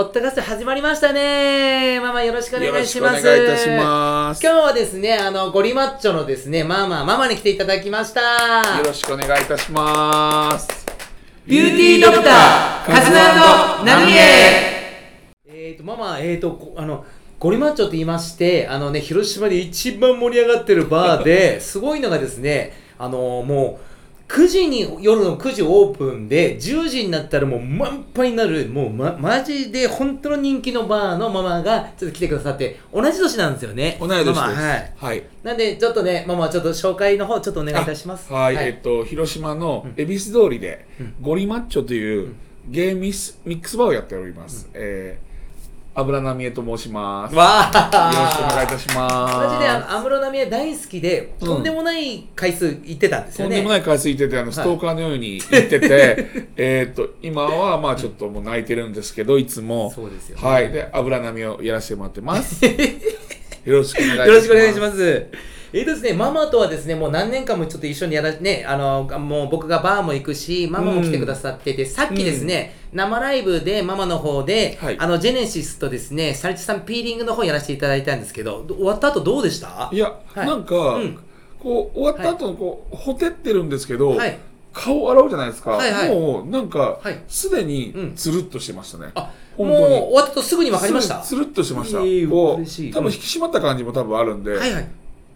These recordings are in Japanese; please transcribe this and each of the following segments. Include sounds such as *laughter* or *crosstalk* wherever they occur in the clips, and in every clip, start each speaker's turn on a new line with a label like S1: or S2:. S1: ポッドキャスト始まりましたねママよろしくお願いします。
S2: よろしくお願いいたします
S1: 今日はですね、あの、ゴリマッチョのですね、ママ、ママに来ていただきました。
S2: よろしくお願いいたします。
S1: ビューティードクター、カズナナミエえーと、ママ、えーと、こあの、ゴリマッチョと言いまして、あのね、広島で一番盛り上がってるバーで、 *laughs* すごいのがですね、あの、もう、9時に、夜の9時オープンで、10時になったらもう満杯になる、もうま、マジで本当の人気のバーのママが、ちょっと来てくださって、同じ年なんですよね。
S2: 同い年です。
S1: ママはい。
S2: はい。
S1: なんで、ちょっとね、ママ、ちょっと紹介の方、ちょっとお願いいたします。
S2: あはい、えっと、広島の恵比寿通りで、ゴリマッチョというゲームミスミックスバーをやっております。えー、油波江と申します。よ
S1: わあ
S2: ろしくお願いいたします。
S1: マジであの安室奈美恵大好きで、
S2: うん
S1: とんでもない回数行ってたんです
S2: と
S1: よ
S2: ん
S1: ね。
S2: でもない回数行ってて、あの、ストーカーのように行ってて、えーっと、今は、まあちょっともう泣いてるんですけど、いつも。
S1: そうですよね
S2: はい。で、油波をやらせてもらって
S1: *laughs*
S2: ます。よろしくお願いします。
S1: よろしくお願いします。えーとですね、ママとはですね、もう何年間もちょっと一緒にやら、ね、あの、もう僕がバーも行くし、ママも来てくださってて、さっきですね、生ライブでママの方で、
S2: はい
S1: あの、ジェネシスとですね、サリチさんピーリングの方やらせていただいたんですけど、ど終わった後どうでした
S2: いや、
S1: はい
S2: なんか、
S1: うん
S2: こう終わった後のこう、ほてってるんですけど、
S1: はい
S2: 顔洗うじゃないですか、
S1: はいはい
S2: もうなんか
S1: はい
S2: すで、
S1: うん
S2: につるっとしてましたね、
S1: あ、もう
S2: 本当に
S1: 終わった後すぐに分かりました。
S2: つるつるっとしてました、
S1: えー
S2: こう
S1: 嬉しい
S2: 多分引き締まった感じも多分あるんで、
S1: はいはい。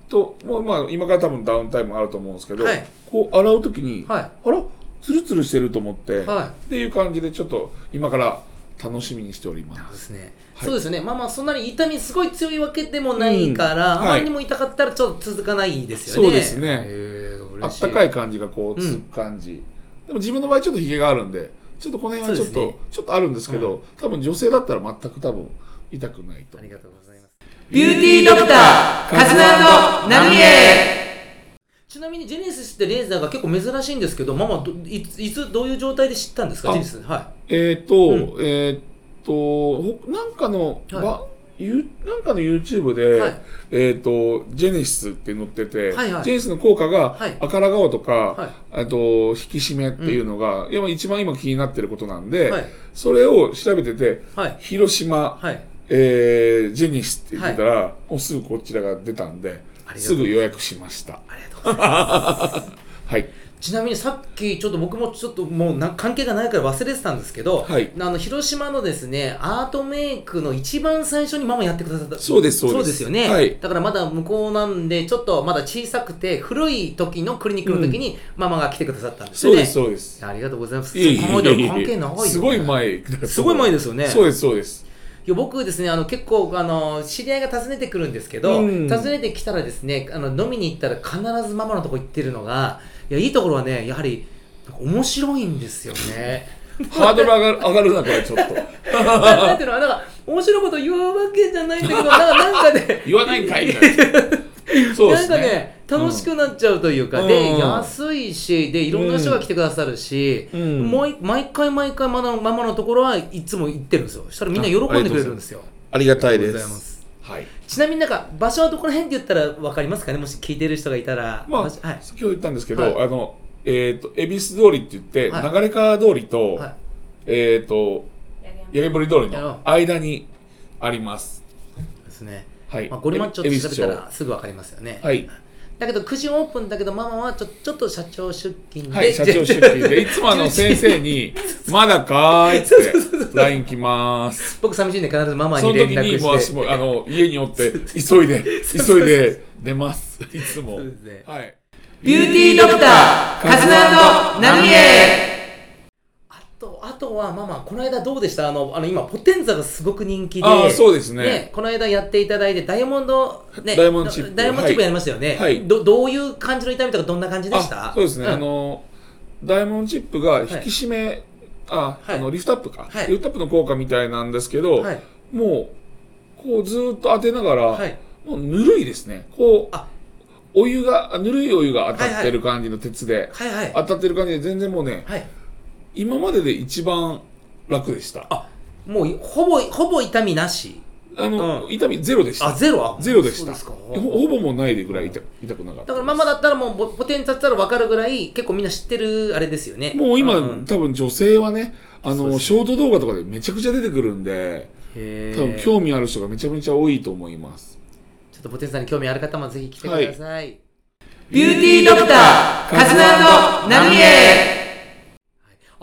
S2: ともうまあ今から多分ダウンタイムあると思うんですけど、
S1: はい
S2: こう洗う時に、
S1: はい
S2: あらつるつるしてると思って、
S1: はい
S2: っていう感じでちょっと今から楽しみにしております
S1: ですね、
S2: はい
S1: そうですねまあまあそんなに痛みすごい強いわけでもないから、
S2: うん
S1: あ
S2: はい
S1: まりにも痛かったらちょっと続かないですよね
S2: そうですね
S1: へー
S2: あ
S1: 嬉
S2: っ
S1: した
S2: か
S1: い
S2: い感じがこうつく感じ、でも自分の場合ちょっとひげがあるんでちょっとこの辺はちょっと、
S1: そうですね
S2: ちょっとあるんですけど、多分女性だったら全く多分痛くないと
S1: ありがとうございますビューティードクターカズナナミエちなみにジェネシスってレーザーが結構珍しいんですけどママどいついつどういう状態で知ったんですか
S2: あ
S1: ジェネシスは
S2: えっ、ー、と、えっ、とほなんかの、
S1: はい
S2: ばゆなんかの YouTube で、
S1: はい
S2: えっ、と、ジェネシスって載ってて、
S1: はいはい
S2: ジェネシスの効果が、
S1: はい
S2: あから顔とか、
S1: は
S2: あと、引き締めっていうのが、いやまあ一番今気になってることなんで、
S1: はい
S2: それを調べてて、
S1: いはい
S2: 広島、
S1: はい
S2: えー、ジェニスって言ってたら、もうすぐこちらが出たんで
S1: ありがとう、
S2: すぐ予約しました。
S1: ありがとうございます
S2: はい。
S1: ちなみにさっきちょっと僕もちょっともうな関係がないから忘れてたんですけど、
S2: はい
S1: あの広島のですねアートメイクの一番最初にママやってくださった
S2: そうですそうです
S1: よね、
S2: はい
S1: だからまだ向こうなんでちょっとまだ小さくて古い時のクリニックの時にママが来てくださったんです
S2: そう
S1: よね、
S2: です、そうです。
S1: ありがとうございます
S2: いえいえいえいえ
S1: そこまでは関係ないよね
S2: すごい前だと思う
S1: すごい前ですよね
S2: そうです、そうです。
S1: いや僕ですねあの結構あの知り合いが訪ねてくるんですけど、
S2: うん
S1: 訪ねてきたらですねあの飲みに行ったら必ずママのとこ行ってるのがいやいいところはねやはりなんか面白いんですよね。
S2: *laughs* ハードル上がる、上がるな、これちょっと。
S1: ななんていうのなんか面白いこと言うわけじゃないんだけ
S2: *laughs*
S1: どなんかなんかね
S2: 言わないんかいみた
S1: *laughs*
S2: いな。そうで
S1: なん
S2: す
S1: か
S2: ね。
S1: ね楽しくなっちゃうというか、
S2: うん
S1: で
S2: うん
S1: 安いしでいろんな人が来てくださるし、
S2: うん
S1: もうい毎回毎回ママのママのところはいつも行ってるんですよそしたらみんな喜んでくれるんですよ。
S2: ありがたい
S1: あり
S2: で
S1: がとうございます
S2: す。はい。
S1: ちなみになんか場所はどこら辺って言ったら分かりますかねもし聞いてる人がいたら、
S2: まあ、
S1: 場所はい、
S2: 先ほど言ったんですけど、
S1: はい
S2: あの、えっ、と、恵比寿通りって言って、
S1: はい
S2: 流れ川通りと、
S1: はい
S2: えっ、と、八木堀通りの間にあります。
S1: ですね、
S2: はい。
S1: まあ、ゴリマッチョって調べた
S2: 恵比寿町
S1: らすぐ分かりますよね、
S2: はい
S1: だけど9時オープンだけどママはちょちょっと社長出勤で、
S2: はい、社長出
S1: *laughs*
S2: 勤で、いつもあの先生に、まだかーいっ
S1: そう
S2: て、LINE 来ます。
S1: 僕寂しいんで必ずママ
S2: そ
S1: に
S2: の
S1: 連
S2: 時
S1: 絡
S2: に、もう
S1: し
S2: 私
S1: て
S2: も、あの、家におって、急いで、急いで出ます。いつも
S1: そうですね。
S2: はい。
S1: ビューティードクター
S2: カズナナミ
S1: エあとあとはママこの間どうでしたあのあの今ポテンザがすごく人気で
S2: ああ、そうですね。
S1: この間やっていただいてダイヤモンド、ね、
S2: ダイヤモンドチップ
S1: ダイヤモンドチップやりましたよね、
S2: はい
S1: どどういう感じの痛みとかどんな感じでした
S2: あそうですね。
S1: ん
S2: あの、ダイヤモンドチップが引き締め、あ、
S1: はい
S2: あの、リフトアップか
S1: は。い
S2: リフトアップの効果みたいなんですけど
S1: はい、
S2: もう、こうずーっと当てなが
S1: は
S2: ら
S1: い、
S2: もうぬるいですね。こう
S1: あ、
S2: お湯が、あぬるいお湯が当たってる感じの鉄で。
S1: はいはい
S2: 当たってる感じで全然もうね
S1: はい
S2: 今までで一番楽でした
S1: もうほぼほぼ痛みなし
S2: あ
S1: う
S2: の、痛みゼロでし
S1: あ
S2: た。
S1: ゼロ
S2: ゼロでした。
S1: そう
S2: ほほぼもうないでぐらい痛痛くなかった。
S1: だからママだったらもうぼポテン立ったら分かるぐらい結構みんな知ってるあれですよね
S2: もう今、
S1: んん
S2: 多分女性はね、あ
S1: そうで
S2: の、
S1: す
S2: ショート動画とかでめちゃくちゃ出てくるんで、
S1: へ
S2: 多
S1: ー
S2: 分興味ある人がめちゃめちゃ多いと思います。
S1: ちょっとポテンさんに興味ある方もぜひ来てください、
S2: ビューティードクターカズナナミエ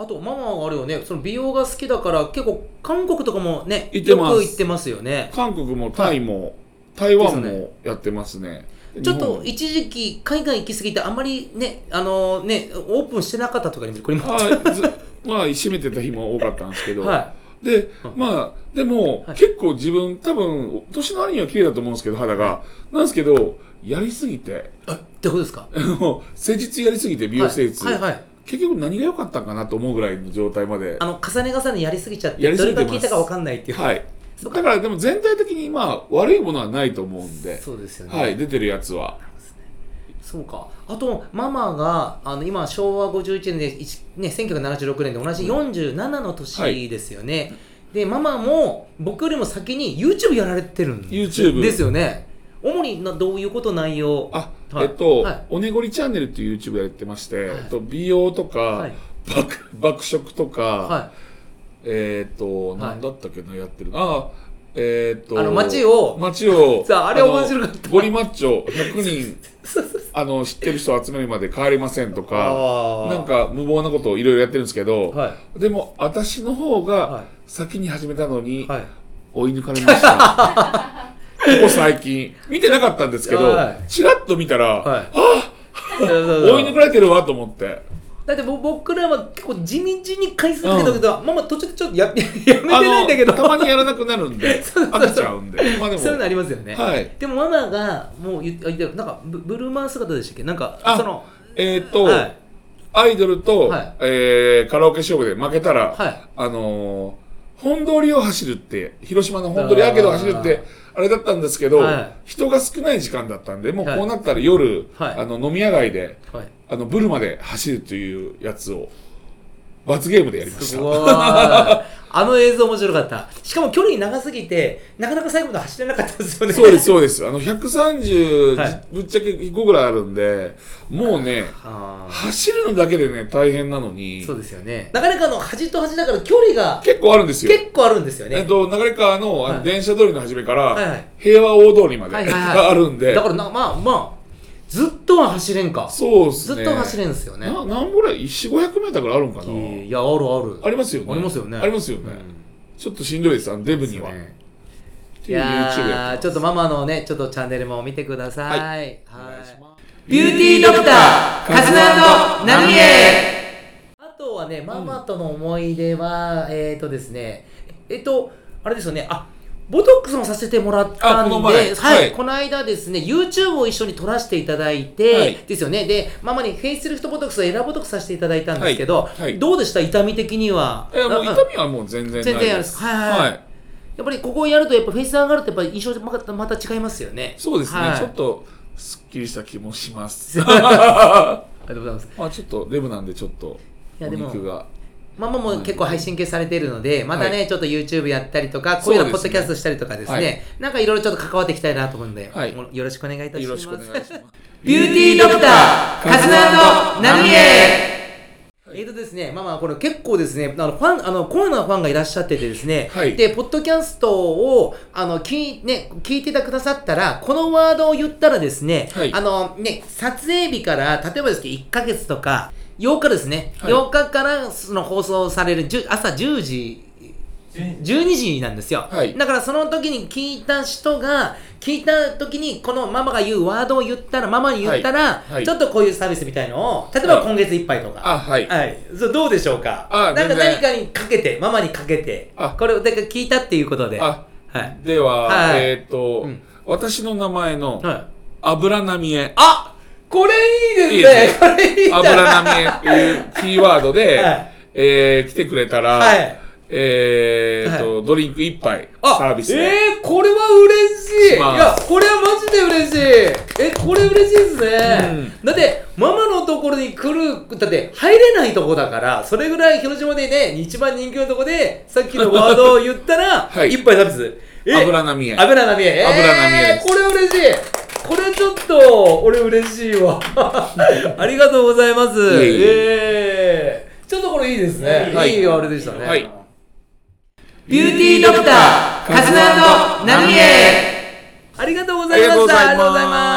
S1: あとママはあれよねその美容が好きだから結構韓国とかもね
S2: 行ってます
S1: よく行ってますよね
S2: 韓国もタイも、台湾
S1: ですよ
S2: もやってますね。
S1: ちょっ
S2: 日本
S1: と
S2: も
S1: 一時期海外行き過ぎてあんまりねあのねオープンしてなかったとかにこれも
S2: はい、ずまあ、閉めてた日も多かったんですけど、
S1: は
S2: で、まあ、でも、
S1: はい
S2: 結構自分、多分、年の割には綺麗だと思うんですけど、肌が。なんですけど、やりすぎて、
S1: いってことですか
S2: あの施術やりすぎて、美容施術、
S1: はい、はいはい
S2: 結局何が良かったんかなと思うぐらいの状態まで
S1: あ。の重ね重ねやりすぎちゃって
S2: やり
S1: ど
S2: すぎ
S1: れ
S2: てま
S1: が
S2: す
S1: 効いたか分かんないっていう、
S2: はい。
S1: そ
S2: だ
S1: う
S2: から、でも全体的に、まあ、悪いものはないと思うんで、
S1: そうですよね、
S2: はい、出てるやつは。
S1: そうかあとママがあの今昭和51年で、いちね、1976年で同じ47の年ですよね、でママも僕よりも先に YouTube やられてるん
S2: YouTube
S1: ですよね主になどういうこと内容
S2: あ、
S1: はい
S2: えっと、
S1: はい
S2: おねごりチャンネルっていう YouTube やってまして、
S1: はい
S2: えっと、美容とか、
S1: はい
S2: 爆爆食とか、 *laughs*
S1: は
S2: えーっ、と、
S1: はい
S2: なんだったっけな、やってるああ、えーっ、と、
S1: あの街を
S2: 街を、
S1: *laughs* さああれ面白かった
S2: あのゴリマッチョ100人、
S1: いそうそうそう
S2: あの、知ってる人を集めるまで変わりませんとか、
S1: あー
S2: なんか無謀なことをいろいろやってるんですけど、
S1: は
S2: でも、私の方
S1: は
S2: が
S1: い
S2: 先に始めたのに、
S1: いはい
S2: 追い抜かれました。
S1: *laughs*
S2: ここ最近。見てなかったんですけど
S1: は、
S2: ちらっと見たら、
S1: はい
S2: あ
S1: そうそうそう
S2: *laughs* 追い抜かれてるわと思って。
S1: だって僕僕らは結構地道に回数かけたけど、ママ途中でちょっとや *laughs* やめてないんだけど
S2: あのたまにやらなくなるんで
S1: *laughs* そうそうそう
S2: 飽きちゃうんでまあでも
S1: そういうのありますよね、
S2: はい
S1: でもママがもう言ってあ言ってなんかブブルーマン姿でしたっけなんか
S2: あ
S1: その
S2: えーっ、と、
S1: はい
S2: アイドルと、
S1: はい
S2: えーカラオケ勝負で負けたら、
S1: はい
S2: あのー本通りを走るって広島の本通りアーケードを走るってあれだったんですけど、
S1: はい
S2: 人が少ない時間だったんでもう
S1: はい
S2: こうなったら夜、
S1: はい
S2: あの飲み屋街で
S1: はい
S2: あのブルまで走るというやつを罰ゲームでやりまし
S1: す
S2: た
S1: ごいあの映像面白かったしかも距離長すぎてなかなか最後まで走れなかったですよね
S2: そうです、そうです。あの、130、
S1: はい
S2: ぶっちゃけ5ぐらいあるんで、もうね、
S1: あー
S2: 走るのだけでね、大変なのに
S1: そ、うですよねなかなかあの端と端だから距離が
S2: 結構あるんですよ。
S1: 結構あるんですよ
S2: え
S1: ね
S2: っと、流川のあの
S1: はい
S2: 電車通りの始めから、
S1: いはい
S2: 平和大通りまで、
S1: はいはいはい
S2: *laughs* があるんで
S1: だ、からなまあまあずっとは走れんか
S2: そうですね。
S1: ずっと走れんですよね
S2: な何ぐらい ?4、500メーターぐらいあるんかな、
S1: いやあるある
S2: ありますよね。
S1: ありますよね
S2: ありますよね。ちょっとしんどいです、あのデブには。って
S1: い
S2: いう YouTube
S1: や
S2: や
S1: ー
S2: て
S1: ちょっとママのねちょっとチャンネルも見てください、はい
S2: ますお願いします
S1: ビューティードクターカズナナミエあとはねママとの思い出は、えっ、ー、とですねえっとあれですよねあボトックスもさせてもらった
S2: あ
S1: ん
S2: こ
S1: で、
S2: の
S1: は
S2: 前
S1: い、
S2: はい
S1: この間ですね、YouTube を一緒に撮らせていただいて、
S2: はい
S1: ですよね。で、ママにフェイスリフトボトックスをエラボトックスさせていただいたんですけど、
S2: はいはい
S1: どうでした痛み的には。
S2: いやもう
S1: ああ
S2: 痛みはもう全然ないです。
S1: 全然あるんですはいはいはいやっぱりここをやるとやっぱフェイス上がるとやっぱ印象またまた違いますよね。
S2: そうですね、
S1: はい
S2: ちょっとすっきりした気もし
S1: *laughs*
S2: ます。
S1: ありがとうございます。
S2: まあちょっとデブなんでちょっと
S1: い
S2: お
S1: やでも
S2: 肉が
S1: ママも結構配信系されているので、またね、
S2: はい
S1: ちょっと YouTube やったりとか、こういうのポ
S2: そう
S1: ッ
S2: です
S1: ド
S2: ね
S1: キャストしたりとかですね、
S2: はい
S1: なんかいろいろちょっと関わっていきたいなと思うんで、
S2: はい
S1: もうよろしくお願いいたします。
S2: よろしくお願いします。
S1: ビューティードクター、カズナとナミエえーとですね、ママ、これ結構ですね、あのファン、あの、コアなファンがいらっしゃっててですね、
S2: はい
S1: で、ポッドキャストを、あの、聞い、ね、聞いてくださったら、このワードを言ったらですね、
S2: はい
S1: あの、ね、撮影日から、例えばですね、1ヶ月とか、8日ですね、
S2: はい
S1: 8日からその放送される10朝10時、12時なんですよ、
S2: はい
S1: だからその時に聞いた人が聞いた時にこのママが言うワードを言ったらママに言ったら、
S2: いはい
S1: ちょっとこういうサービスみたいのを例えば
S2: はい
S1: 今月いっぱいとか、
S2: あはい
S1: そうどうでしょうかな
S2: あ
S1: んか
S2: 全
S1: 何
S2: 然
S1: かにかけてママにかけて
S2: あ
S1: これをだから聞いたっていうことでは
S2: あ
S1: い、
S2: では、
S1: はい
S2: えっ、と、
S1: うん
S2: 私の名前の
S1: はい、
S2: 油波江
S1: あこれいい
S2: いい
S1: ですね
S2: です
S1: これいいな
S2: 油波江
S1: *laughs*
S2: っていうキーワードで、
S1: はい
S2: えー来てくれたら、
S1: はい
S2: えーと、ドリンク一杯
S1: あ
S2: サービスで、
S1: えー、これは嬉しいい
S2: します
S1: やこれはマジで嬉しいえこれ嬉しいですね、だってママのところに来るだって入れないとこだからそれぐらい広島でね一番人気のとこでさっきのワードを言ったら、
S2: はい
S1: 一杯サービスええ
S2: 油波江。
S1: 油波江。
S2: 油波江
S1: えー
S2: です
S1: これ嬉しい。これちょっと、俺嬉しい
S2: *laughs*
S1: わ。ありがとうございます。
S2: いえいえ
S1: えーちょっとこれいいですね。
S2: はい
S1: いいあれでしたね。
S2: はい。
S1: ビューティードクター、カズナナミエ。ありがとうございました。
S2: ありがとうございます
S1: ありがとうございます。